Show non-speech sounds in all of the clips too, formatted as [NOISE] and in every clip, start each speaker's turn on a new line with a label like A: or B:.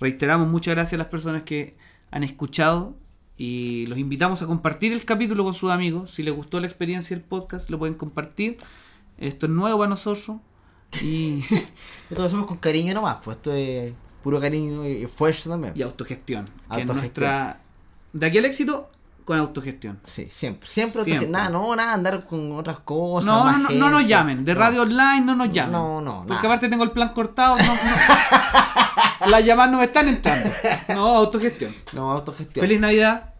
A: Reiteramos muchas gracias a las personas que han escuchado y los invitamos a compartir el capítulo con sus amigos. Si les gustó la experiencia del podcast, lo pueden compartir. Esto es nuevo para nosotros. Y,
B: Esto lo hacemos con cariño nomás, pues esto es puro cariño y esfuerzo también.
A: y autogestión. Que es
B: Autogestión.
A: nuestra... De aquí al éxito, con autogestión.
B: Sí, siempre. Siempre,
A: Siempre.
B: autogestión. nada, no, nada, andar con otras cosas.
A: No,
B: más
A: no, no, no nos
B: gente.
A: llamen. De
B: No.
A: radio online no nos llamen.
B: No, no,
A: Porque
B: nada.
A: aparte tengo el plan cortado. no-
B: [LAUGHS]
A: no. Las llamadas no me están entrando. No, autogestión.
B: No, autogestión.
A: Feliz Navidad.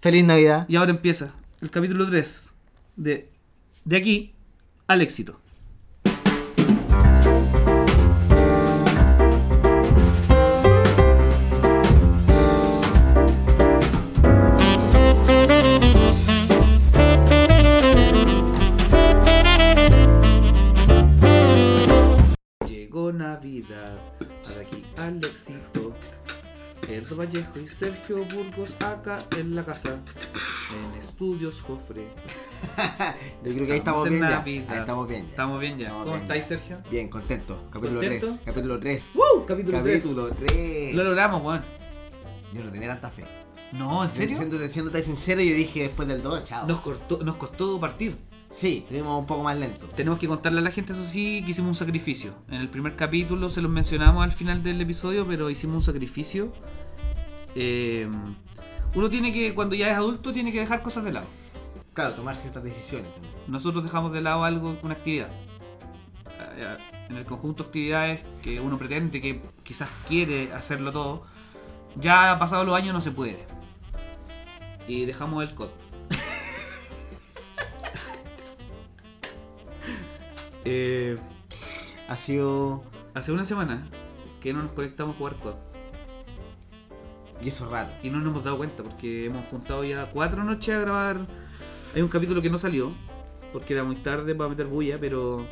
B: Feliz Navidad.
A: Y ahora empieza el capítulo 3 de De aquí al éxito. Llegó Navidad, para aquí al éxito. Pedro Vallejo y Sergio Burgos acá en la casa. En estudios, Jofre.
B: Yo creo que ahí estamos bien ya. Ahí estamos bien ya.
A: Estamos bien ya.
B: Estamos
A: ¿Cómo
B: bien
A: estáis,
B: ya.
A: Sergio?
B: Bien, contento. Capítulo
A: ¿Contento?
B: 3. Capítulo 3.
A: ¡Wow! Capítulo 3.
B: Capítulo 3.
A: Lo logramos, weón.
B: Yo no tenía tanta fe.
A: No, ¿en serio?
B: Siendo, siendo tan sincero, yo dije después del 2, chao.
A: Nos, cortó, nos costó partir.
B: Sí, estuvimos un poco más lento.
A: Tenemos que contarle a la gente, eso sí, que hicimos un sacrificio. En el primer capítulo se los mencionamos al final del episodio, pero hicimos un sacrificio. Eh, uno tiene que, cuando ya es adulto, tiene que dejar cosas de lado.
B: Claro, tomar ciertas decisiones también.
A: Nosotros dejamos de lado algo, una actividad. Eh, En el conjunto de actividades que uno pretende, que quizás quiere hacerlo todo, ya pasados los años no se puede. Y dejamos el COD. [LAUGHS] Eh,
B: Ha sido.
A: hace una semana que no nos conectamos a jugar COD.
B: Y eso es raro.
A: Y no nos hemos dado cuenta porque hemos juntado ya cuatro noches a grabar. Hay un capítulo que no salió porque era muy tarde para meter bulla, pero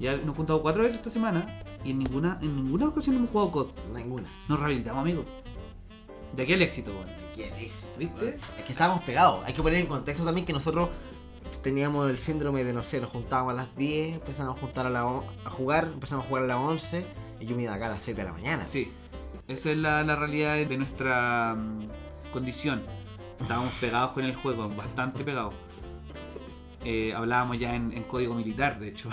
A: ya nos hemos juntado cuatro veces esta semana y en ninguna, en ninguna ocasión hemos jugado COD.
B: Ninguna.
A: Nos rehabilitamos, amigos. De aquí el éxito, weón.
B: ¿Quién es?
A: ¿Viste?
B: Es que estábamos pegados. Hay que poner en contexto también que nosotros teníamos el síndrome de, no sé, nos juntábamos a las 10, empezamos a, juntar a, la on- a jugar, empezamos a jugar a las 11 y yo me iba acá a las 7 de la mañana.
A: Sí, esa es la, la realidad de nuestra mm, condición. Estábamos pegados con el juego, bastante pegados. Eh, hablábamos ya en- en código militar, de hecho.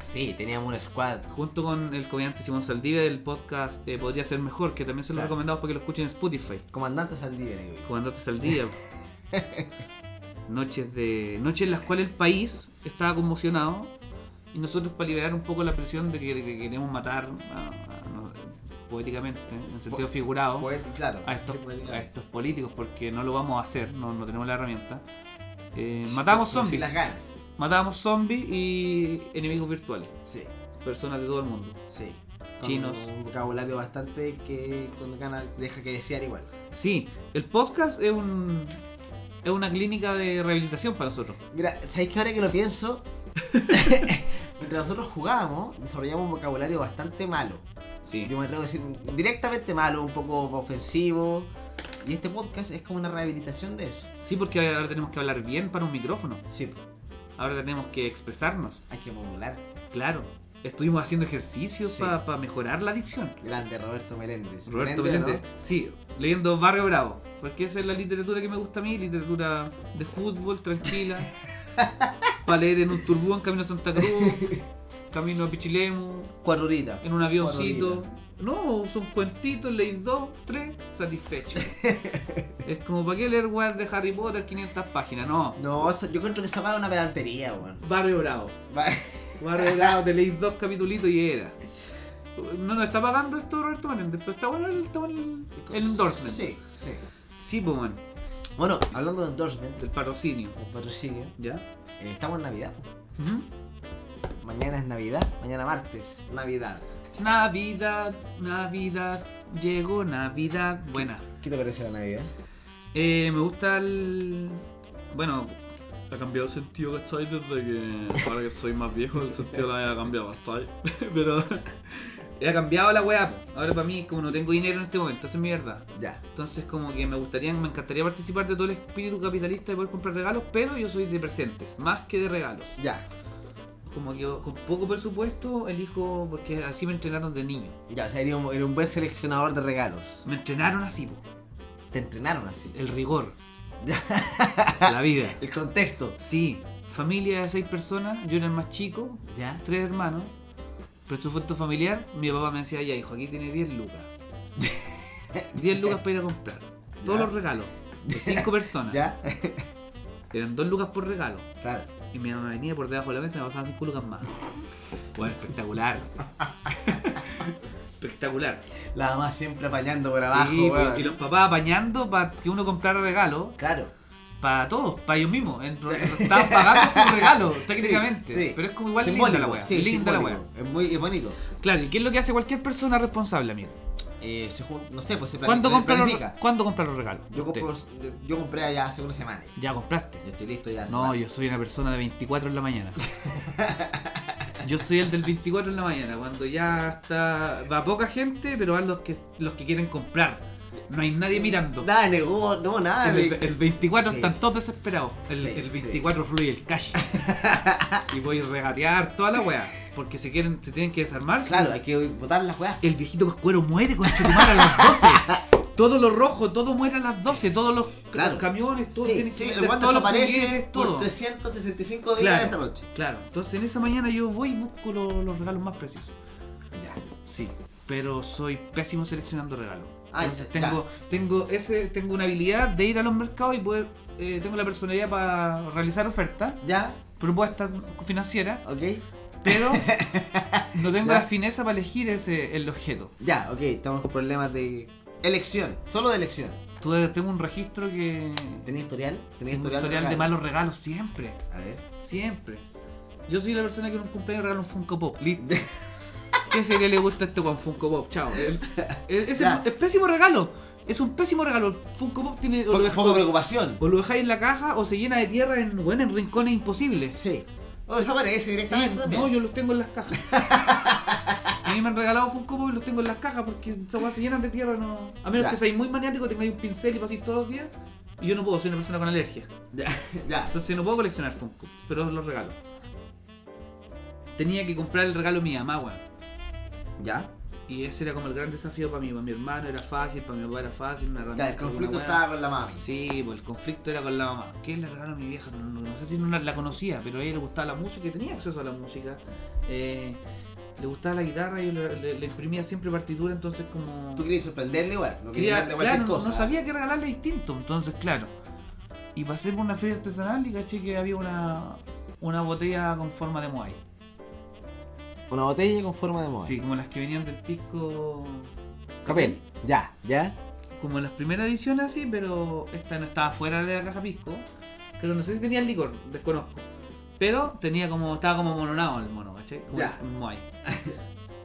B: Sí, teníamos un squad.
A: junto con el comediante Simón Saldivia del podcast eh, Podría Ser Mejor, que también se los
B: Claro.
A: recomendamos para que lo escuchen en Spotify.
B: Comandante Saldivia, le digo yo.
A: Comandante
B: [LAUGHS]
A: Saldivia. Noches de noches en las cuales el país estaba conmocionado y nosotros para liberar un poco la presión de que, que queremos matar a- a- no, poéticamente, en sentido
B: Po-
A: figurado,
B: Poeta- claro.
A: a estos,
B: sí, poeta-
A: a estos políticos porque no lo vamos a hacer, no, no tenemos la herramienta. Eh, matamos
B: No, no,
A: zombies,
B: sin las ganas.
A: matamos zombies y enemigos virtuales,
B: Sí,
A: personas de todo el mundo.
B: sí.
A: Chinos.
B: Un vocabulario bastante que con ganas deja que desear igual.
A: Sí, el podcast es un es una clínica de rehabilitación para nosotros.
B: Mira, ¿sabéis que ahora que lo pienso? [LAUGHS] Mientras nosotros jugábamos, desarrollamos un vocabulario bastante malo.
A: Sí.
B: Yo me atrevo a decir directamente malo, un poco ofensivo. Y este podcast es como una rehabilitación de eso.
A: Sí, porque ahora tenemos que hablar bien para un micrófono.
B: Sí,
A: Ahora tenemos que expresarnos.
B: hay que modular.
A: Claro. Estuvimos haciendo ejercicios
B: Sí.
A: para mejorar la dicción.
B: Grande Roberto Meléndez.
A: Roberto
B: Meléndez,
A: Meléndez. Sí, leyendo Barrio Bravo. Porque esa es la literatura que me gusta a mí, literatura de fútbol, tranquila. para leer en un turbón, camino a Santa Cruz, camino a Pichilemu,
B: ¿no? Cuatro horitas.
A: en un avioncito.
B: Cuatro
A: No, son cuentitos, leí dos, tres, [LAUGHS] satisfecho. es como para qué leer weas de Harry Potter 500 páginas, no.
B: No, eso- yo creo que esa va una pedantería, weón.
A: Barrio Bravo.
B: Va-
A: Barrio Bravo, te leí dos capitulitos y era. No nos está pagando esto Roberto Menéndez, pero está bueno el, está bueno [LAUGHS] el- el endorsement. Sí,
B: Sí, sí.
A: pues bueno,
B: Bueno, hablando de endorsement,
A: el patrocinio.
B: del patrocinio,
A: ¿Ya?
B: eh, estamos en Navidad.
A: Ujú.
B: Mañana es Navidad, mañana martes, Navidad.
A: Navidad, Navidad, llegó Navidad. Buena.
B: ¿Qué te parece la Navidad?
A: Eh, me gusta el. Bueno, ha cambiado el sentido, ¿cachai? Desde que. Ahora que soy más viejo, el sentido de la vida ha cambiado, ¿cachai? [LAUGHS] Pero. Ha cambiado la weá, po. ahora para mí, como no tengo dinero en este momento, esa es mi verdad.
B: Ya.
A: Entonces, como que me gustaría, me encantaría participar de todo el espíritu capitalista de poder comprar regalos, pero yo soy de presentes, más que de regalos.
B: Ya.
A: como que yo, con poco presupuesto elijo, porque así me entrenaron de niño.
B: Ya, o sea, era un, era un buen seleccionador de regalos.
A: Me entrenaron así, po.
B: Te entrenaron así.
A: el rigor, la vida.
B: El contexto.
A: Sí, familia de seis personas, yo era el más chico,
B: ¿Ya?
A: tres hermanos, presupuesto familiar, mi papá me decía, ya hijo, aquí tiene 10
B: [LAUGHS]
A: lucas. 10 lucas para ir a comprar. Todos
B: Ya.
A: los regalos, de cinco personas.
B: [LAUGHS] ¿Ya?
A: Eran dos lucas por regalo.
B: Claro.
A: Y mi mamá venía por debajo de la mesa y me pasaba cinco lucas más. Bueno,
B: [LAUGHS]
A: espectacular. espectacular.
B: La mamá siempre apañando por
A: Sí, pues,
B: abajo. weón.
A: y los papás apañando para que uno comprara regalos.
B: Claro.
A: Para todos, para ellos mismos. En- Estaban pagando su regalo, técnicamente.
B: [LAUGHS] sí.
A: Pero es como igual linda
B: Simbólico,
A: la wea.
B: sí,
A: linda la wea.
B: simbólico. Es muy es bonito.
A: Claro, ¿y qué es lo que hace cualquier persona responsable, amigo?
B: Eh, se jun- No sé, pues se
A: ¿Cuándo
B: planifica.
A: compra, los,
B: planifica.
A: ¿Cuándo compra los regalos?
B: Yo, compro,
A: Usted.
B: yo compré allá hace una semana. ya.
A: Ya compraste.
B: Yo estoy listo ya. hace
A: No,
B: semana.
A: yo soy una persona de 24 en la
B: [LAUGHS]
A: mañana. Yo soy el del 24 en la mañana, cuando ya está. Va poca gente, pero van los que, los que quieren comprar. No hay nadie mirando.
B: Nada de negocio, no, nada.
A: En
B: de-
A: el, el 24
B: Sí.
A: están todos desesperados. El,
B: Sí,
A: el
B: sí.
A: 24 fluye el
B: [LAUGHS]
A: cash. y voy a regatear toda la weá. Porque si quieren, se tienen que desarmarse.
B: Claro, hay que botar las weas.
A: El viejito Pascuero muere con Chetumar a las
B: [LAUGHS]
A: 12. Todo lo rojo, todo muere a las 12. Todos los ca-
B: Claro.
A: camiones, todo
B: Sí,
A: tienen
B: sí,
A: que
B: el
A: vender,
B: guante
A: todos los
B: desaparece
A: juguetes,
B: por
A: todo.
B: 365 días
A: Claro.
B: esta noche.
A: Claro, entonces en esa mañana yo voy y busco lo- los regalos más preciosos.
B: Ya.
A: Sí, pero soy pésimo seleccionando regalos.
B: Ah,
A: Entonces
B: ya, ya.
A: tengo, tengo, ese, tengo una habilidad de ir a los mercados y poder, eh, tengo la personalidad para realizar ofertas,
B: Ya,
A: propuestas financieras,
B: ok. [LAUGHS]
A: pero no tengo
B: Ya.
A: la fineza para elegir ese, el objeto.
B: Ya, ok, estamos con problemas de elección, solo de elección.
A: Tuve- tengo un registro que...
B: ¿Tenía historial? ¿Tenía
A: Tengo un historial
B: historial,
A: de
B: regalo?
A: malos regalos siempre,
B: A ver.
A: siempre. Yo soy la persona que en un cumpleaños regala un Funko Pop,
B: [LAUGHS]
A: listo. ¿Qué sé que le gusta esto con Funko Pop? Chao. El- es, es
B: Ya.
A: el- es pésimo regalo. Es un pésimo regalo. El Funko Pop tiene. O lo,
B: Poco,
A: dej-
B: poco preocupación.
A: o lo dejáis en la caja o se llena de tierra en, bueno, en rincones imposibles.
B: Sí. O desaparece directamente también.
A: No, yo los tengo en las
B: [LAUGHS]
A: cajas. A mí me han regalado Funko Pop y los tengo en las cajas porque esas weas se llenan de tierra. No... A menos
B: Ya.
A: que seáis muy maniático, tengáis un pincel y paséis todos los días. Y yo no puedo, soy una persona con alergia.
B: Ya, ya.
A: Entonces no puedo coleccionar Funko, pero los regalo. Tenía que comprar el regalo a mi mamá, weón.
B: Ya.
A: Y ese era como el gran desafío para mí, para mi hermano era fácil, para mi papá era fácil, una herramienta,
B: Ya, el conflicto
A: alguna
B: estaba con la mami.
A: weá. Sí, pues el conflicto era con la mamá. ¿Qué le regalo a mi vieja? No, no- no sé si no la, la conocía, pero a ella le gustaba la música y tenía acceso a la música. Eh, le gustaba la guitarra y yo le, le- le imprimía siempre partitura, entonces como...
B: Tú querías sorprenderle igual, no querías
A: Quería,
B: darle
A: claro,
B: cualquier
A: no,
B: cosa.
A: no sabía qué regalarle distinto, entonces claro. Y pasé por una feria artesanal y caché que había una, una botella con forma de Moai.
B: Una botella con forma de moda.
A: Sí, como las que venían del disco...
B: Papel. Ya, ya.
A: como en las primeras ediciones así, pero esta no estaba fuera de la casa Pisco. Pero no sé si tenía el licor, desconozco. Pero tenía como, estaba como mononado el mono, ¿cachai? Como
B: Ya.
A: un
B: [LAUGHS]
A: moai.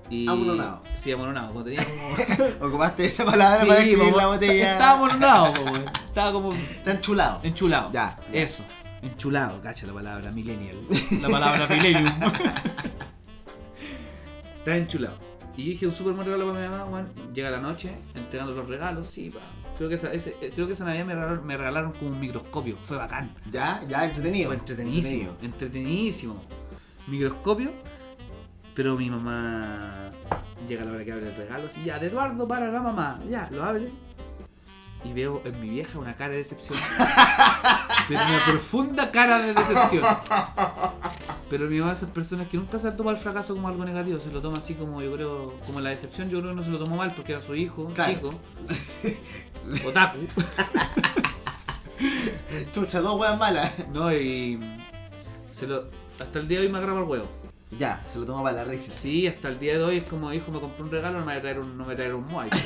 A: Y...
B: Amononado.
A: Sí, amononado, como tenía como...
B: Ocupaste esa palabra [LAUGHS] para
A: Sí,
B: describir
A: como- [LAUGHS]
B: la botella.
A: Estaba amononado, como, estaba como
B: Está enchulado.
A: enchulado.
B: Ya, ya.
A: Eso. Enchulado, cacha la palabra, millennial. La palabra [LAUGHS] millennium. Estaba enchulado. Y yo dije, un súper buen regalo para mi mamá, weón. Llega la noche, entregando los regalos, sí, pa. Creo que esa, ese- eh, creo que esa Navidad me regalaron, me regalaron como un microscopio, fue bacán.
B: Ya, ya, entretenido.
A: Fue entretenidísimo, entretenidísimo. Microscopio, pero mi mamá llega a la hora que abre el regalo, así, ya, de Eduardo para la mamá, ya, lo abre. Y veo en mi vieja una cara de
B: [LAUGHS]
A: decepción. pero una profunda cara de decepción. Pero mi mamá es esas personas que nunca se toma el fracaso como algo negativo, se lo toma así como yo creo, como la decepción, yo creo que no se lo tomó mal porque era su hijo,
B: Claro.
A: chico. Otaku.
B: Chucha, dos huevas malas.
A: No, y se lo, hasta el día de hoy me agrava el huevo.
B: Ya, se lo tomo para la risa.
A: Sí, hasta el día de hoy es como, hijo, me compré un regalo, no me voy a traer un, no me voy a traer un
B: [LAUGHS]
A: Moai, po".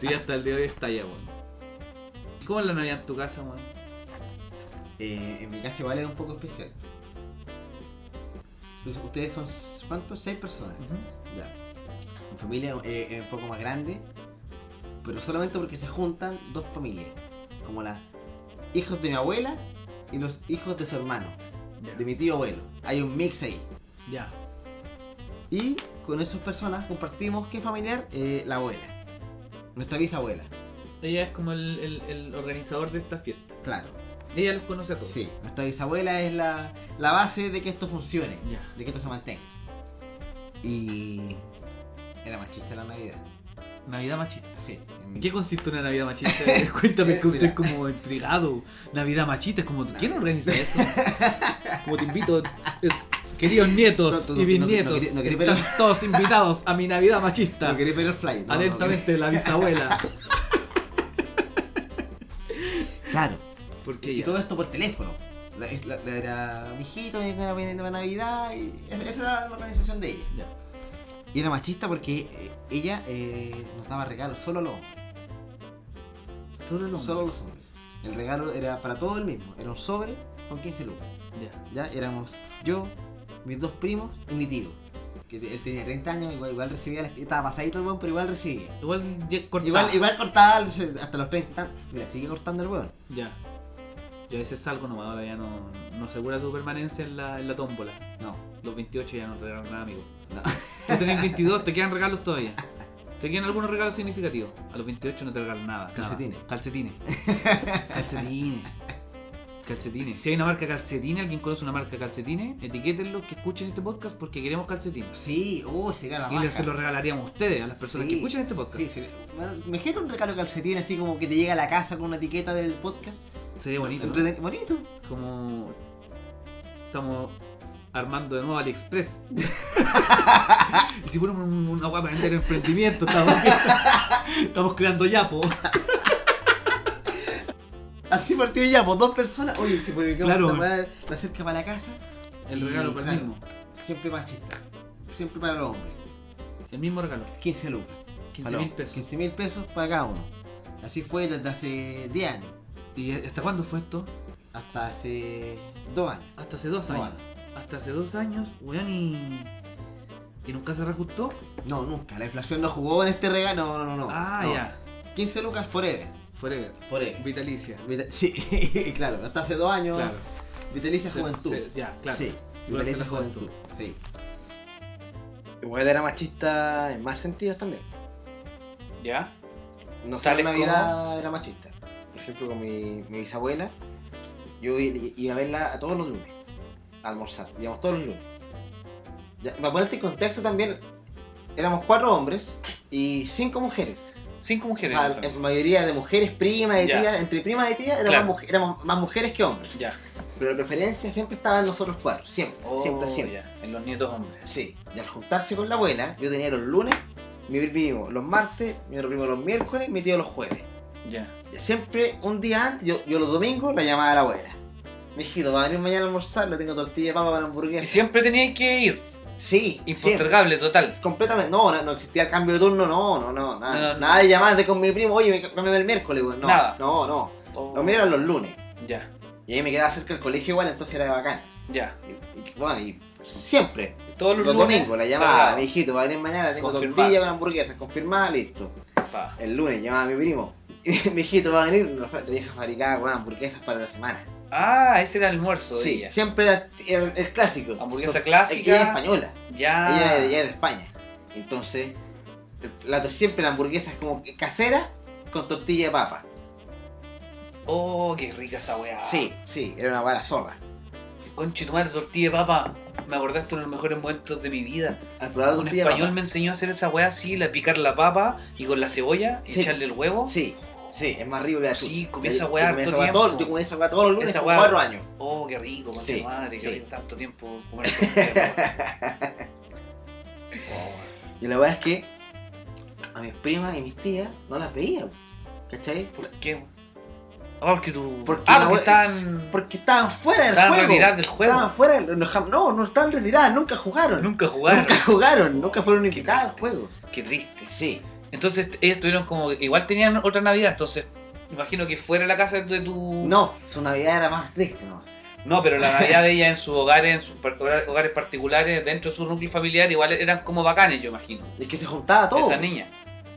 A: sí, hasta el día de hoy está allá, weón. ¿Cómo es la Navidad en tu casa, weón?
B: Eh, en mi casa igual es un poco especial. Entonces, ustedes son ¿cuántos? Seis personas. Ya. Mi familia eh, es un poco más grande, pero solamente porque se juntan dos familias. Como las hijos de mi abuela y los hijos de su hermano,
A: Ya.
B: de mi tío abuelo. Hay un mix ahí.
A: Ya.
B: Y con esas personas compartimos que familiar, Eh, la abuela. Nuestra bisabuela,
A: Ella es como el, el- el organizador de esta fiesta.
B: claro.
A: Ella los conoce a todos.
B: Sí, nuestra bisabuela es la, la base de que esto funcione,
A: Ya.
B: de que esto se mantenga. Y era machista la Navidad.
A: Navidad machista.
B: Sí.
A: ¿En
B: en-
A: qué consiste una Navidad
B: [LAUGHS]
A: machista? [LAUGHS] Cuéntame que usted
B: Eh, Mira.
A: es como intrigado. Navidad machista, es como, ¿quién
B: No.
A: organiza
B: [LAUGHS]
A: eso? Como te invito, eh, queridos nietos
B: No, tú
A: y
B: no- no- no
A: bisnietos,
B: querí- no querí
A: están todos invitados a mi Navidad machista.
B: [LAUGHS] No quería ver el flyer. no, no,
A: Atentamente, la
B: [LAUGHS]
A: bisabuela.
B: quería- Claro.
A: Porque
B: Y
A: ella-
B: todo esto por teléfono. La, es la- la- era mijito, me la para Navidad. Y esa, esa era la organización de ella.
A: Ya.
B: Y era machista porque eh, ella eh, nos daba regalos solo a los hombres.
A: Solo el hombre.
B: Solo a los hombres. El regalo era para todo el mismo. Era un sobre con 15 lucas.
A: Ya.
B: Ya éramos yo, mis dos primos y mi tío. Que te- él tenía 30 años, igual, igual recibía las- Estaba pasadito el weón, pero igual recibía.
A: Igual ya cortaba.
B: Igual, igual cortaba el- hasta los 30 y tan- Mira, sigue cortando el weón.
A: Ya. Yo a veces salgo nomás, ahora ya no, no asegura tu permanencia en la, en la tómbola.
B: No.
A: Los 28 ya no te regalan nada, amigo.
B: No.
A: Tú
B: [LAUGHS]
A: tenés 22, te quedan regalos todavía. Te quedan algunos regalos significativos. A los 28 no te regalan nada. nada.
B: Calcetines. [LAUGHS]
A: Calcetines. Calcetines. Calcetines. Si hay una marca calcetines, alguien conoce una marca calcetines, etiquétenlos que escuchen este podcast porque queremos calcetines.
B: Sí, uy, sería la
A: Y les-
B: raja.
A: se los regalaríamos a ustedes, a las personas
B: Sí,
A: que escuchan este podcast.
B: Sí, sería- bueno, me jeta un regalo de calcetín así como que te llega a la casa con una etiqueta del podcast.
A: Sería bonito. ¿no?
B: Entreten- Bonito.
A: como estamos armando de nuevo
B: [LAUGHS]
A: AliExpress. y si ponemos un- una guapa para vender emprendimiento, estamos,
B: [LAUGHS]
A: estamos creando Yapo.
B: Así partió ya, por dos personas. Oye, si publicamos
A: Claro.
B: esta weá, la cerca para la casa,
A: El
B: Y,
A: regalo para el
B: claro.
A: mismo.
B: siempre machista. Siempre para los hombres.
A: El mismo regalo.
B: 15 lucas.
A: 15 mil pesos.
B: 15 mil pesos para cada uno. Así fue desde hace 10 años.
A: ¿Y hasta cuándo fue esto?
B: Hasta hace 2 años.
A: Hasta hace dos
B: Dos
A: años.
B: años.
A: Hasta hace dos años, weón, y. Y nunca se reajustó.
B: No, nunca. La inflación no jugó en este regalo. No, no, no.
A: ah,
B: no.
A: ya.
B: 15 lucas forever.
A: Forever.
B: Forever.
A: Vitalicia.
B: Vita- [LAUGHS] Sí, claro. Hasta hace 2 años.
A: Claro.
B: Vitalicia
A: Se-
B: Juventud.
A: se- ya, claro.
B: Sí,
A: Durante
B: Vitalicia
A: la
B: Juventud.
A: juventud.
B: Sí. Igual era machista en más sentidos también.
A: ¿Ya?
B: No solo
A: ¿Tales
B: Navidad era machista. Por ejemplo, con mi, mi bisabuela, yo i- iba a verla a todos los lunes, a almorzar, íbamos todos los lunes. Ya, para ponerte en contexto también, éramos cuatro hombres y cinco mujeres.
A: Cinco
B: O
A: mujeres.
B: sea, en mayoría de mujeres, primas, de
A: Ya.
B: tías, entre primas y tías éramos,
A: Claro.
B: muj- éramos más mujeres que hombres.
A: Ya.
B: Pero la preferencia siempre estaba en nosotros cuatro, siempre, siempre, siempre.
A: Oh, En los nietos hombres.
B: Sí, y al juntarse con la abuela, yo tenía los lunes, mi primo los martes, mi otro primo los miércoles, mi tío los jueves.
A: Ya.
B: Y siempre un día antes, yo, yo los domingos la llamaba a la abuela. Mijito, va a venir mañana a almorzar, le tengo tortilla de papa para
A: Y
B: hamburguesa.
A: siempre teníais que ir.
B: Sí, siempre.
A: Impostergable, total.
B: Completamente, no, no, no existía el cambio de turno, no, no, no,
A: No,
B: nada,
A: no.
B: nada de llamadas de con mi primo, oye, me cámbiame el miércoles, güey, no,
A: Nada.
B: no, no, lo mío eran los lunes,
A: Ya,
B: y ahí me quedaba cerca del colegio igual, entonces era bacán,
A: ya.
B: y, y, bueno, y siempre,
A: Todos los,
B: Los
A: lunes,
B: domingos, la llamaba,
A: salgado.
B: mi hijito, va a venir mañana, tengo
A: Confirmado.
B: tortilla con hamburguesas, confirmada, listo.
A: Pa.
B: El lunes llamaba a mi primo, [LAUGHS] mi hijito va a venir, la fa- la vieja fabricaba bueno, hamburguesas para la semana.
A: Ah, ese era el almuerzo de
B: Sí,
A: ella.
B: siempre era el, el clásico.
A: Hamburguesa
B: Tor-
A: clásica. Ah.
B: Ella es española,
A: Ya.
B: ella, ella es de España. Entonces, el plato siempre eran hamburguesas como que caseras con tortilla de papa.
A: Oh, qué rica esa weá.
B: Sí, sí, era una bala zorra.
A: Conche tu madre, tortilla de papa. Me acordaste en los mejores momentos de mi vida.
B: Al probar
A: Un
B: tortilla de
A: español
B: papa-
A: me enseñó a hacer esa weá así, la picar la papa y con la cebolla,
B: Sí.
A: echarle el huevo. Oh,
B: Sí, sí, es más rico que la
A: Sí,
B: chucha.
A: comí esa
B: Yo-
A: weá
B: yo comí
A: harto
B: esa weá todo-
A: tiempo.
B: Yo comí esa weá todos los lunes
A: Esa
B: por
A: weá-
B: cuatro años.
A: Oh, qué rico, conche
B: Sí,
A: tu madre, que
B: sí.
A: había tanto tiempo comer
B: [LAUGHS]
A: tortilla. oh,
B: Y la verdad es que a mis primas y mis tías no las veía, po, ¿cachai?
A: ¿Por qué? Ah, porque tú.
B: Porque
A: ah,
B: la
A: porque
B: wea-
A: están.
B: Porque estaban fuera del
A: Estaban
B: juego.
A: retiradas del juego.
B: Estaban fuera, del- no, jam- no, no estaban retiradas, nunca jugaron.
A: Nunca jugaron.
B: Nunca [LAUGHS] jugaron, nunca fueron
A: Qué
B: invitadas al
A: triste.
B: juego.
A: Qué triste.
B: Sí,
A: Entonces ellos tuvieron como. Igual tenían otra Navidad, entonces. Imagino que fuera la casa de tu.
B: no, su Navidad era más triste, ¿no?
A: No, pero la Navidad de ella en sus hogares, en sus par- hogares particulares, dentro de su núcleo familiar, igual eran como bacanes, yo imagino.
B: Es que se juntaba todo.
A: Esa niña.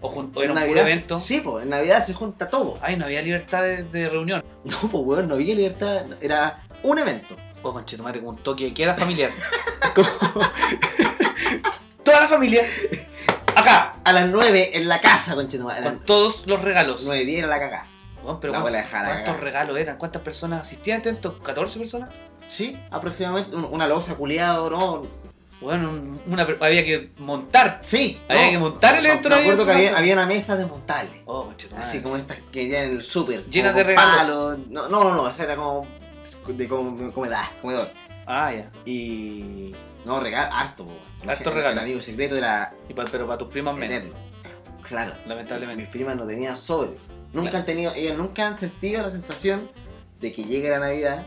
A: O, jun- o
B: en
A: era un puro
B: Navidad,
A: evento.
B: Sí, pues, en Navidad se junta todo. [LAUGHS]
A: Ay, no había libertad de, de reunión.
B: No, pues, weón, no había libertad, no- era un evento.
A: Oh, conchetumare, como un toque de queda familiar.
B: [LAUGHS]
A: Como- Toda la familia. Acá.
B: A las 9 en la casa, conchetumare. A las
A: Con todos los regalos.
B: 9 era la cagada.
A: Bueno, pero
B: La
A: ¿cuán-
B: voy a dejar
A: ¿cuántos
B: acá.
A: regalos eran? ¿Cuántas personas asistían? ¿Entonces, ¿14 personas?
B: Sí, aproximadamente un- una losa culiado, ¿no?
A: Bueno, un- una, per- había que montar.
B: Sí.
A: Había
B: no,
A: que montar el
B: me-
A: evento,
B: Me
A: no había
B: acuerdo que
A: otra
B: había,
A: cosa.
B: había una mesa de montables.
A: Oh, conchetumadre.
B: Así como estas que ya en el súper.
A: Llenas
B: como
A: de
B: con
A: regalos.
B: palos. No, no, no, esa era como de com- comedor, comedor.
A: Ah, ya.
B: Y. No, regalo, harto, po.
A: Harto
B: El-
A: regalo.
B: El amigo secreto era
A: Y pa- pero para tus primas menos,
B: eterno. Claro.
A: lamentablemente.
B: Mis primas no tenían sobre. Nunca
A: Claro.
B: han tenido, ellas nunca han sentido la sensación de que llegue la Navidad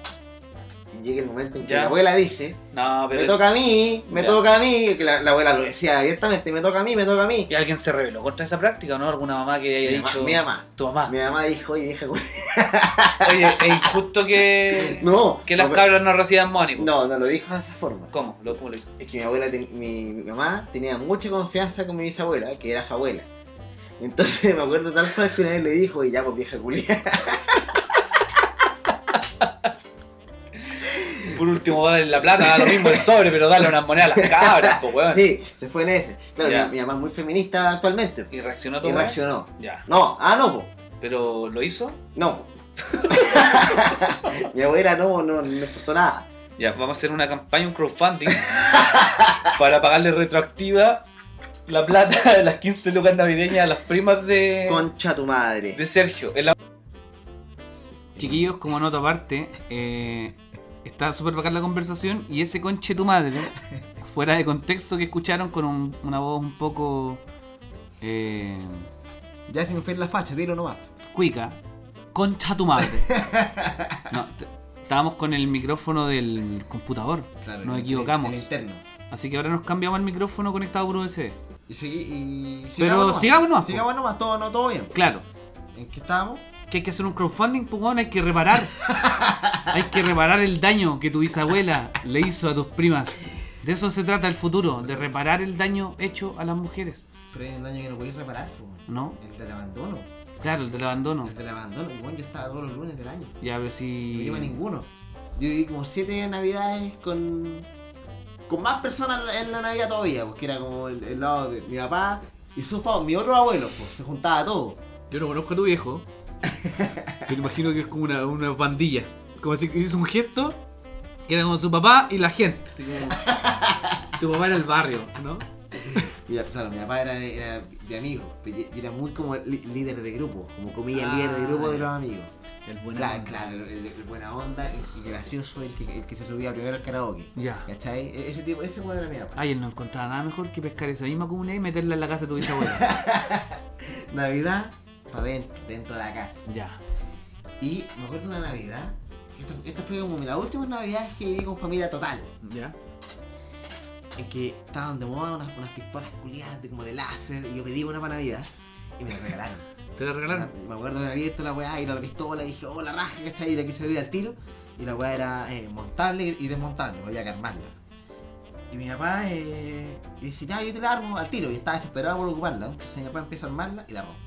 B: y llegue el momento en que
A: Ya.
B: la abuela dice,
A: No, pero.
B: me toca a mí, me
A: Ya.
B: toca a mí, que la, la abuela lo decía abiertamente, me toca a mí, me toca a mí.
A: ¿Y alguien se rebeló contra esa práctica o no? ¿Alguna mamá que haya
B: Mi mamá,
A: dicho.
B: mi mamá,
A: Tu mamá.
B: mi mamá dijo, oye, vieja, culia".
A: Oye, es injusto que.
B: [LAUGHS] no,
A: que las
B: no,
A: cabras no recibían money. po.
B: no, no lo dijo de esa forma.
A: ¿Cómo? ¿Lo, cómo lo dijo?
B: Es que mi abuela, ten- mi, mi mamá tenía mucha confianza con mi bisabuela, que era su abuela. Entonces [LAUGHS] me acuerdo tal cual que una vez le dijo, y ya pues vieja culia.
A: Por último, dale la plata, da lo mismo el sobre, pero dale unas monedas a las cabras, po, weón.
B: Sí, se fue en ese. Claro,
A: Ya.
B: mi, mi mamá es muy feminista actualmente.
A: Y reaccionó todo.
B: Y reaccionó.
A: Ya.
B: No, ah, no, po.
A: Pero lo hizo. [LAUGHS]
B: No. mi abuela no, no, no le importó nada.
A: Ya, vamos a hacer una campaña, un
B: [LAUGHS]
A: crowdfunding. para pagarle retroactiva la plata de las 15 lucas navideñas a las primas de.
B: Concha tu madre.
A: de Sergio. en la- Chiquillos, como nota aparte, eh, está súper bacán la conversación y ese conche tu madre, fuera de contexto que escucharon con un- una voz un poco eh,
B: Ya se me fue en la facha, dilo nomás.
A: cuica, concha tu
B: [LAUGHS]
A: madre. No, t- estábamos con el micrófono del computador,
B: Claro,
A: Nos
B: el-
A: equivocamos.
B: El, el interno.
A: así que ahora nos cambiamos al micrófono conectado por USB.
B: Y seguí. Y
A: Pero
B: nomás.
A: sigamos nomás, po.
B: Sigamos nomás, todo, no, todo bien.
A: Claro,
B: ¿En qué estábamos?
A: que hay que hacer un crowdfunding, pues weón, hay que
B: [LAUGHS]
A: reparar. Hay que reparar el daño que tu bisabuela le hizo a tus primas. De eso se trata el futuro, de reparar el daño hecho a las mujeres,
B: Pero hay un daño que no podéis reparar, po.
A: ¿no?
B: El del abandono.
A: Claro, el del abandono.
B: El del abandono. Y bueno, yo estaba todos los lunes del año.
A: Ya, pero
B: No
A: si...
B: iba a ninguno. Yo viví como siete navidades con. con más personas en la Navidad todavía, porque era como el, el lado de mi papá y sus pa- mi otro abuelo, pues se juntaba todo.
C: Yo no conozco a tu viejo. Pero imagino que es como una, una pandilla. Como si hizo un gesto que era como su papá y la gente. así
B: [LAUGHS]
C: como- tu papá era el barrio, ¿no?
B: Mi, claro, mi papá era, era de amigos, pero y era muy como li- líder de grupo, como comillas
C: Ah,
B: líder de grupo de
C: ya.
B: los amigos.
C: El
B: Claro, claro, el, el- el buena onda, el, el gracioso, el que, el que se subía primero al karaoke.
C: Ya.
B: ¿Cachai? E- Ese tipo, ese weón era mi papá.
A: Ay, él no encontraba nada mejor que pescar esa misma comunidad y meterla en la casa de tu
B: [LAUGHS]
A: bisabuela.
B: Navidad, pa' dentro, dentro de la casa.
A: ya.
B: Y me acuerdo una Navidad. Esto, esto fue como las últimas Navidades que viví con familia total.
C: Ya.
B: En que estaban de moda unas, unas pistolas culiadas de, como de láser. Y yo pedí una para Navidad. Y me la regalaron.
C: ¿Te la regalaron?
B: [LAUGHS] Me acuerdo de haber abierto la weá y la pistola. Y dije, oh, la raja, ¿cachai? Y la quise abrir al tiro. Y la weá era eh, montable y desmontable. Había que armarla. Y mi papá eh, dice, ya, yo te la armo al tiro. Y estaba desesperado por ocuparla. Entonces mi papá empieza a armarla y la rompe.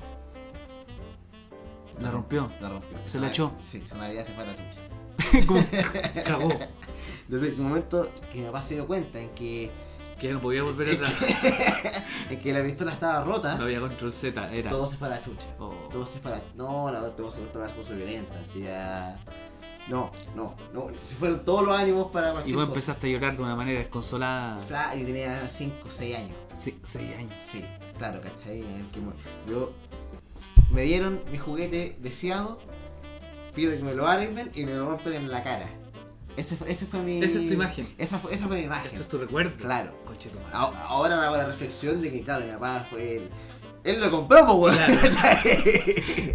A: La rompió.
B: La rompió.
A: Se la echó.
B: Sí, esa Navidad se fue a la chucha.
A: Como- Cagó.
B: Desde el momento que mi papá se dio cuenta en que,
C: Que ya no podía volver atrás.
B: en que la pistola estaba rota,
C: No había control Z, era.
B: ¿ah? todo se fue a la chucha.
C: Oh.
B: Todo se fue a la... No, la todo se fue a la cosa violenta, así ya... No, no, no. Se fueron todos los ánimos para
A: Y
B: cualquier
A: vos
B: cosa.
A: empezaste a llorar de una manera desconsolada.
B: Claro, yo tenía 5 o 6 años.
A: Se- seis años.
B: Sí, claro, ¿cachai? En que mu- Yo... Me dieron mi juguete deseado, pido que me lo armen y me lo rompen en la cara. Ese fue, ese fue mi...
C: Esa es tu imagen.
B: Esa fue, esa fue mi imagen.
C: Esto es tu recuerdo.
B: Claro.
C: Conche tu madre.
B: A- Ahora hago la reflexión de que, claro, mi papá fue él. Él lo compró, pues, weón.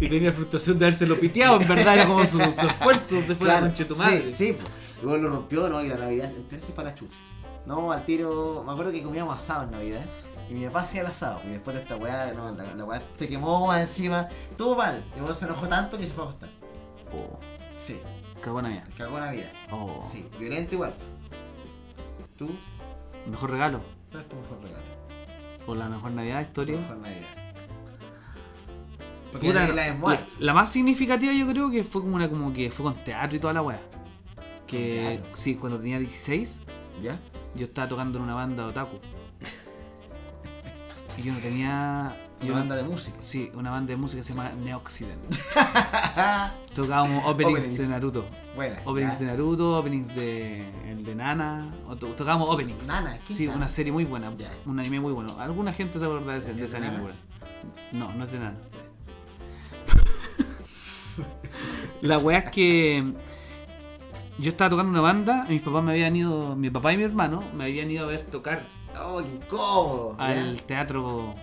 B: [LAUGHS]
C: Y tenía frustración de habérselo piteado, en verdad era como su, su esfuerzo se fue a la
B: Claro,
C: conche tu madre.
B: Sí, sí, pues. Y luego lo rompió, ¿no? Y la Navidad entonces para la chucha. No, al tiro. Me acuerdo que comíamos asado en Navidad. Y mi papá hacía el asado. Y después de esta weá, no, la, la weá se quemó más encima. Todo mal. Y uno se enojó tanto que se fue a acostar.
A: Oh,
B: Sí,
A: cagó en la vida.
B: cagó Navidad.
A: Oh,
B: Sí, violento igual. Tú,
A: Mejor regalo.
B: ¿cuál es tu mejor regalo?
A: O la mejor Navidad
B: Tu
A: historia.
B: mejor Navidad. Porque
A: Puta,
B: la, la es
A: la, la más significativa yo creo que fue como una como que fue con teatro y toda la weá. Que
B: Con teatro.
A: sí, cuando tenía 16,
B: ¿Ya?
A: yo estaba tocando en una banda otaku. Y yo no tenía
B: Una
A: Yo-
B: banda de música.
A: Sí, una banda de música que se llama
B: [LAUGHS]
A: Neoxident. Tocábamos openings,
B: Openings.
A: de Naruto.
B: Buena.
A: Openings
B: ya.
A: de Naruto, openings de el de Nana. o to- Tocábamos openings.
B: Nana, ¿qué es
A: Sí,
B: Nana?
A: una serie muy buena.
B: Ya.
A: Un anime muy bueno. Alguna gente se acordará de, ese- de
B: ¿Es
A: ese
B: de
A: anime,
B: nanas?
A: weón. No, no es de Nana. [LAUGHS] La wea es que. Yo estaba tocando una banda, y mis papás me habían ido, mi papá y mi hermano me habían ido a ver tocar
B: Oh, qué incómodo.
A: al teatro,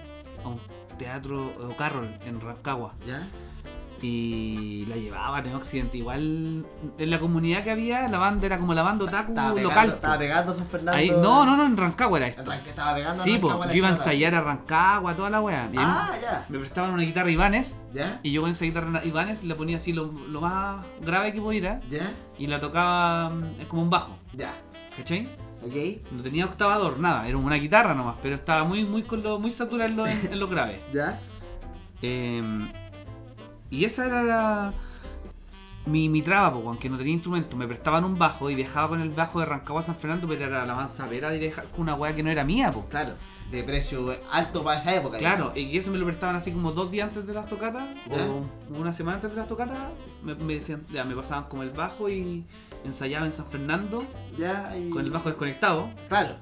A: a un teatro O'Carroll en Rancagua
B: ¿Ya?
A: y la llevaban en Occidente. Igual en la comunidad que había, la banda era como la banda otaku
B: Estaba pegando,
A: Uh, local.
B: estaba pegando San Fernando.
A: Ahí, no, no, no, en Rancagua era esto.
B: Arranque, estaba pegando.
A: Sí,
B: arrancaba
A: po,
B: la
A: yo iba a
B: chota.
A: ensayar a Rancagua, toda la wea. Y ahí
B: Ah, ya.
A: Me prestaban una guitarra Ibanez
B: ¿Ya?
A: y yo con esa guitarra Ibanez la ponía así lo, lo más grave que pudiera
B: ¿Ya?
A: y la tocaba mm, como un bajo,
B: Ya.
A: ¿cachai?
B: ¿Ok?
A: No tenía octavador, nada, era una guitarra nomás, pero estaba muy, muy, con lo, muy saturado en lo, en- en lo grave.
B: ¿Ya?
A: Eh, y esa era la- mi, mi traba, po, aunque no tenía instrumento. Me prestaban un bajo y viajaba con el bajo de Rancagua a San Fernando, pero era la manzapera de viajar con una weá que no era mía, po.
B: Claro. De precio alto para esa época.
A: Claro, y eso me lo prestaban así como dos días antes de las tocatas,
B: ¿Ya?
A: o una semana antes de las tocatas, me, me decían, ya me pasaban como el bajo y ensayaba en San Fernando
B: Ya. y-
A: con el bajo desconectado
B: Claro.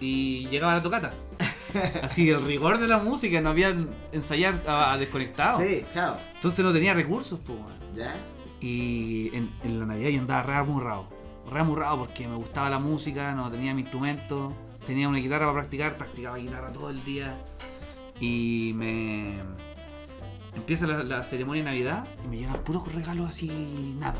A: y llegaba a la
B: [LAUGHS]
A: tocata. Así, el rigor de la música, no había ensayar a, a desconectado.
B: Sí, chao.
A: Entonces no tenía recursos, pues.
B: ¿Ya?
A: Y en, en la Navidad yo andaba re amurrado. Re amurrado porque me gustaba la música, no tenía mi instrumento, tenía una guitarra para practicar, practicaba guitarra todo el día. Y me. Empieza la, la ceremonia de Navidad y me llegan puros regalos así, nada.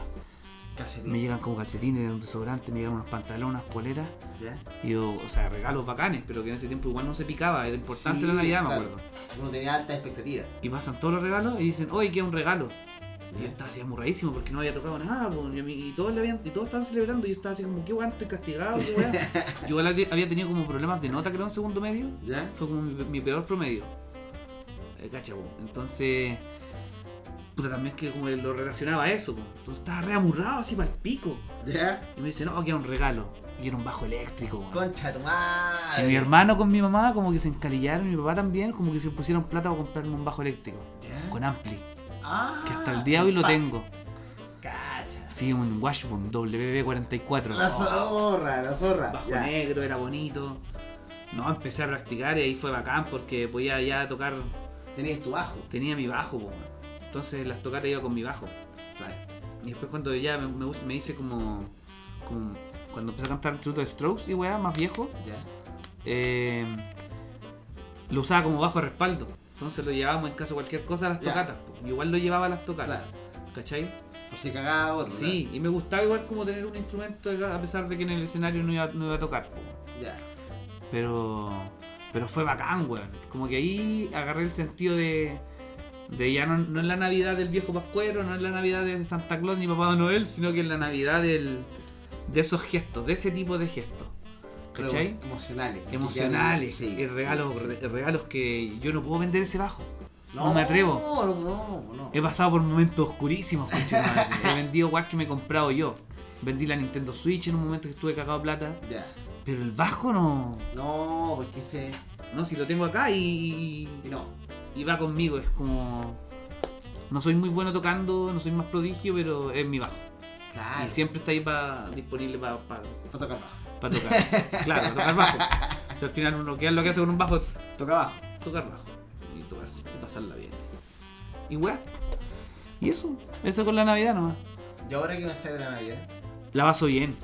B: Calcetín.
A: Me llegan como calcetines, un desodorante, me llegan unos pantalones, unas poleras.
B: ¿Ya?
A: Y yo, o sea, regalos bacanes, pero que en ese tiempo igual no se picaba, era importante
B: Sí,
A: la Navidad,
B: claro.
A: me acuerdo.
B: Uno tenía altas expectativas.
A: Y pasan todos los regalos y dicen, oye, ¿qué es un regalo? Y yo estaba así amurradísimo porque no había tocado nada, po, y, a mí- y todos le habían, y todos estaban celebrando, y yo estaba así como, qué weón, estoy castigado, qué
B: [LAUGHS]
A: weón. Yo igual había había tenido como problemas de nota, creo, en segundo medio.
B: ¿Ya?
A: Fue como mi, mi peor promedio. Eh, Cacha, po. Entonces, puta, también que como lo relacionaba a eso, po. Entonces estaba re amurrado así para el pico.
B: ¿Ya?
A: Y me dicen, no, que era un regalo. Y era un bajo eléctrico, weón.
B: Concha tu
A: Y
B: madre.
A: mi hermano con mi mamá como que se encalillaron, mi papá también, como que se pusieron plata para comprarme un bajo eléctrico.
B: ¿Ya?
A: Con ampli,
B: Ah,
A: que hasta el día de hoy lo
B: pa-
A: tengo.
B: Cacha.
A: Sí, un Washburn
B: La
A: WB44.
B: zorra, la zorra.
A: Bajo
B: ya.
A: negro, era bonito. No, empecé a practicar y ahí fue bacán porque podía ya tocar,
B: Tenías tu bajo.
A: tenía mi bajo, po, weón. entonces las tocatas iba con mi bajo.
B: Claro.
A: Y después cuando ya me, me, me hice como, como- cuando empecé a cantar el tributo de Strokes y weá, más viejo,
B: Ya.
A: eh, lo usaba como bajo de respaldo. Entonces lo llevábamos en caso de cualquier cosa a las
B: Ya.
A: tocatas. po. Igual lo llevaba a las tocatas.
B: Claro.
A: ¿Cachai?
B: Por si cagaba otro.
A: Sí, y me gustaba igual como tener un instrumento a pesar de que en el escenario no iba, no iba a tocar. po.
B: claro. Ya.
A: Pero pero fue bacán, weón. Como que ahí agarré el sentido de, de ya no, no es la Navidad del viejo Pascuero, no es la Navidad de Santa Claus ni Papá Noel, sino que es la Navidad del, de esos gestos, de ese tipo de gestos.
B: Pero
A: ¿Cachai?
B: emo- Emocionales. que
A: emocionales
B: quedaron-
A: y regalos,
B: sí, sí.
A: re- regalos que yo no puedo vender ese bajo. no me atrevo.
B: No, no, no.
A: He pasado por momentos oscurísimos, conchetumadre. He vendido guas que me he comprado yo. Vendí la Nintendo Switch en un momento que estuve cagado de plata.
B: Ya.
A: Pero el bajo no.
B: No, pues porque ese.
A: No, si lo tengo acá y,
B: y No.
A: y va conmigo. Es como. No soy muy bueno tocando, no soy más prodigio, pero es mi bajo.
B: Claro.
A: Y siempre está ahí pa- disponible para
B: Para tocar bajo.
A: tocar. claro, para tocar bajo. O sea, al final uno que lo que hace con un bajo es
B: Toca bajo.
A: tocar bajo y, tocar, y pasarla bien. Y weá. Y eso, eso con la Navidad nomás.
B: Y ahora que me sale de la Navidad.
A: La paso bien.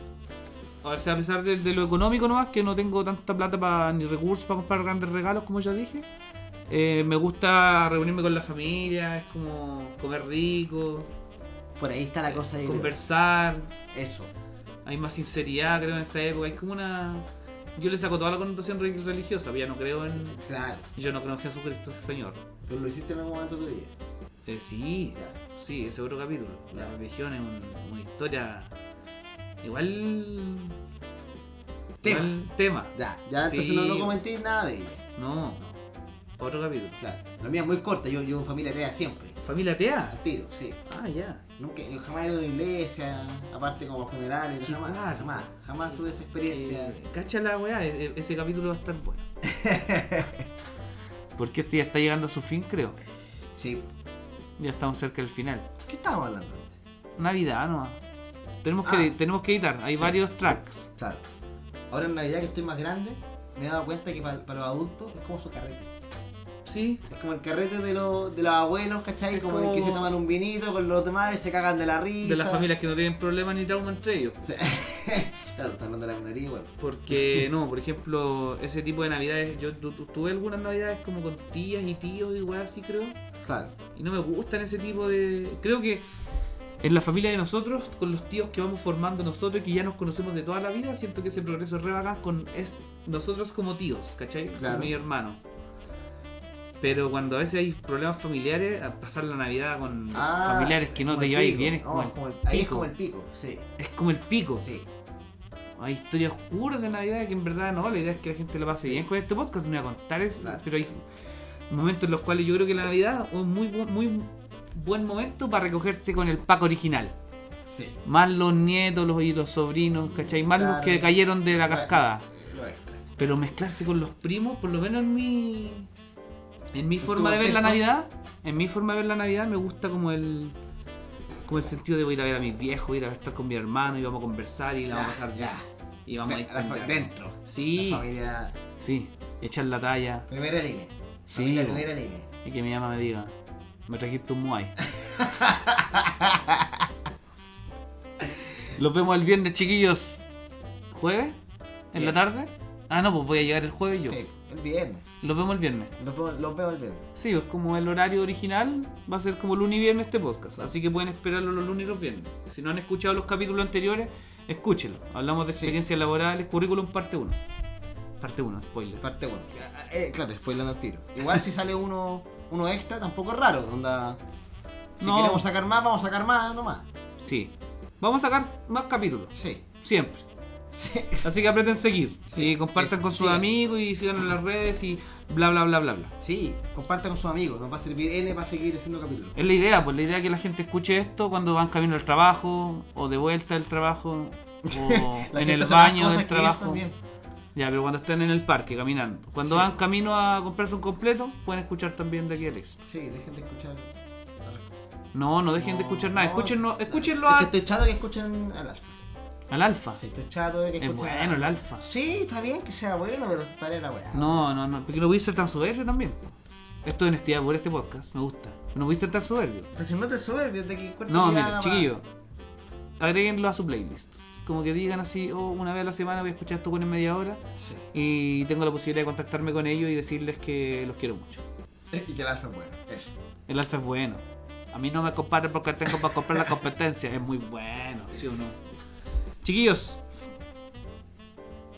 A: A ver, si a pesar de, de lo económico nomás, que no tengo tanta plata pa- ni recursos para comprar grandes regalos, como ya dije, eh, me gusta reunirme con la familia, es como comer rico,
B: Por ahí está la cosa de.
A: conversar,
B: Eso.
A: hay más sinceridad creo en esta época, hay como una... Yo le saco toda la connotación re- religiosa, pero ya no creo en...
B: Claro.
A: Yo no creo en Jesucristo Señor.
B: Pero lo hiciste en algún momento de tu vida.
A: Eh, sí,
B: Ya.
A: Sí, ese otro capítulo. La
B: Ya.
A: religión es un- una historia. Igual.
B: Tema.
A: Igual tema.
B: Ya. Ya, entonces
A: Sí.
B: no, no comenté nada de ella.
A: No, otro capítulo.
B: Claro. La mía es muy corta. Yo, yo en familia atea siempre.
A: ¿Familia atea?
B: Al tiro, sí.
A: Ah, ya.
B: Nunca, yo jamás he ido a una iglesia, aparte como a funerales,
A: Qué
B: jamás,
A: raro.
B: jamás, jamás tuve esa experiencia.
A: Eh, Cacha la weá, e- e- ese capítulo va a estar bueno. [LAUGHS] Porque esto ya está llegando a su fin, creo.
B: Sí.
A: Ya estamos cerca del final.
B: ¿Qué estábamos hablando antes?
A: Navidad nomás. Tenemos que,
B: Ah.
A: tenemos que editar, hay
B: Sí.
A: varios tracks.
B: Claro. Ahora en Navidad que estoy más grande, me he dado cuenta que para los adultos es como su carrete.
A: Sí.
B: Es como el carrete de, los de los abuelos, ¿cachai?
A: Es
B: Como, el que
A: como-
B: se toman un vinito con los demás y se cagan de la risa.
A: De las familias que no tienen problemas ni trauma entre ellos.
B: Sí. claro, están hablando de la minoría igual. [LAUGHS]
A: Porque, no, por ejemplo, ese tipo de navidades, yo tu- tu- tuve algunas navidades como con tías y tíos y weas así, creo.
B: Claro.
A: Y no me gustan ese tipo de... Creo que en la familia de nosotros, con los tíos que vamos formando nosotros y que ya nos conocemos de toda la vida, siento que ese progreso es re bacán con es- nosotros como tíos, ¿cachai?
B: Claro.
A: Con mi hermano. Pero cuando a veces hay problemas familiares, a pasar la Navidad con
B: Ah,
A: familiares que no
B: como
A: te
B: el
A: lleváis
B: pico.
A: bien es
B: No,
A: como, el, pico.
B: Ahí es como el pico, sí.
A: Es como el pico.
B: Sí.
A: Hay historias oscuras de Navidad que en verdad no, la idea es que la gente la pase bien con este podcast, no voy a contar eso,
B: Claro.
A: pero hay momentos en los cuales yo creo que la Navidad es un muy, bu- muy buen momento para recogerse con el pack original.
B: Sí.
A: Más los nietos los, y los sobrinos, ¿cachai? Más los
B: Claro.
A: que cayeron de la cascada.
B: Lo extra.
A: Pero mezclarse con los primos, por lo menos en mi. En mi
B: tu
A: forma de ver la
B: contexto?
A: Navidad. En mi forma de ver la Navidad me gusta como el. Como el sentido de voy a ir a ver a mis viejos, voy a ir a estar con mi hermano y vamos a conversar y la vamos a pasar bien. Y vamos a
B: De- la fa-
A: distender.
B: dentro.
A: Sí,
B: La familia.
A: sí. Echar la talla.
B: Primera línea.
A: Sí,
B: Familia
A: bo.
B: primera línea.
A: Y que mi mamá me diga. Me trajiste un
B: [LAUGHS]
A: muay. Los vemos el viernes, chiquillos. ¿Jueves? ¿En la
B: Bien.
A: tarde? Ah, no, pues voy a llegar el jueves yo.
B: Sí. El viernes.
A: Los vemos el viernes.
B: Los veo, los veo el viernes.
A: Sí, es como el horario original, va a ser como lunes y viernes este podcast. Así que pueden esperarlo los lunes y los viernes. Si no han escuchado los capítulos anteriores, escúchenlo. Hablamos de
B: Sí.
A: experiencias laborales, currículum parte 1. Parte 1, spoiler.
B: Parte 1.
A: Ah, eh,
B: claro, spoilando al tiro. Igual si sale uno, uno extra, tampoco es raro. Onda. Si
A: No.
B: queremos sacar más, vamos a sacar más nomás.
A: Sí. Vamos a sacar más capítulos,
B: Sí.
A: siempre.
B: Sí. [LAUGHS]
A: Así que aprieten seguir.
B: Sí,
A: y compartan
B: eso,
A: con sus
B: sigan.
A: amigos y sigan en las redes y bla, bla, bla, bla, bla.
B: Sí, comparta con sus amigos. Nos va a servir N para seguir haciendo capítulos.
A: Es la idea, pues la idea es que la gente escuche esto cuando van camino al trabajo o de vuelta al trabajo o
B: [LAUGHS] La
A: en
B: gente
A: el
B: hace más
A: baño
B: cosas
A: del
B: que eso
A: trabajo.
B: también.
A: Ya, pero cuando estén en el parque caminando. Cuando
B: Sí.
A: van camino a comprarse un completo, pueden escuchar también de aquí Alex.
B: Sí, dejen de escuchar. otras cosas.
A: No, no dejen de escuchar nada.
B: No,
A: Escúchenlo,
B: no.
A: escúchenlo
B: Es que
A: a-
B: estoy chato que escuchen al alfa.
A: al alfa.
B: Sí, estoy chato de que
A: es
B: escuchen. al
A: bueno el
B: Alfa.
A: alfa.
B: Sí, está bien que sea bueno, pero pare la weá.
A: No, no, no. Porque no voy a ser tan soberbio también. Esto es honestidad por este podcast. Me gusta. No voy a ser tan soberbio.
B: Pero Pues si no te soberbio, de que encuentro
A: No,
B: que ya
A: mira,
B: va-
A: chiquillo. Agréguenlo a su playlist. Como que digan así, oh, una vez a la semana voy a escuchar esto con en media hora.
B: Sí.
A: Y tengo la posibilidad de contactarme con ellos y decirles que los quiero mucho.
B: [LAUGHS] Y que el alfa es bueno. Eso.
A: El alfa es bueno. A mí no me compare porque tengo para comprar la competencia. Es muy bueno, ¿sí o no? Chiquillos,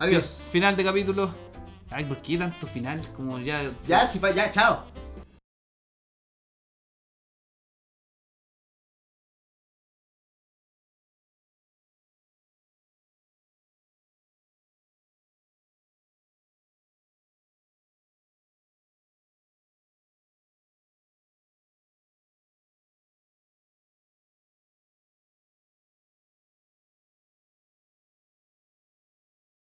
B: Adiós.
A: final de capítulo. Ay, ¿por qué tanto final? Como ya.
B: Ya, si fa- ya, chao.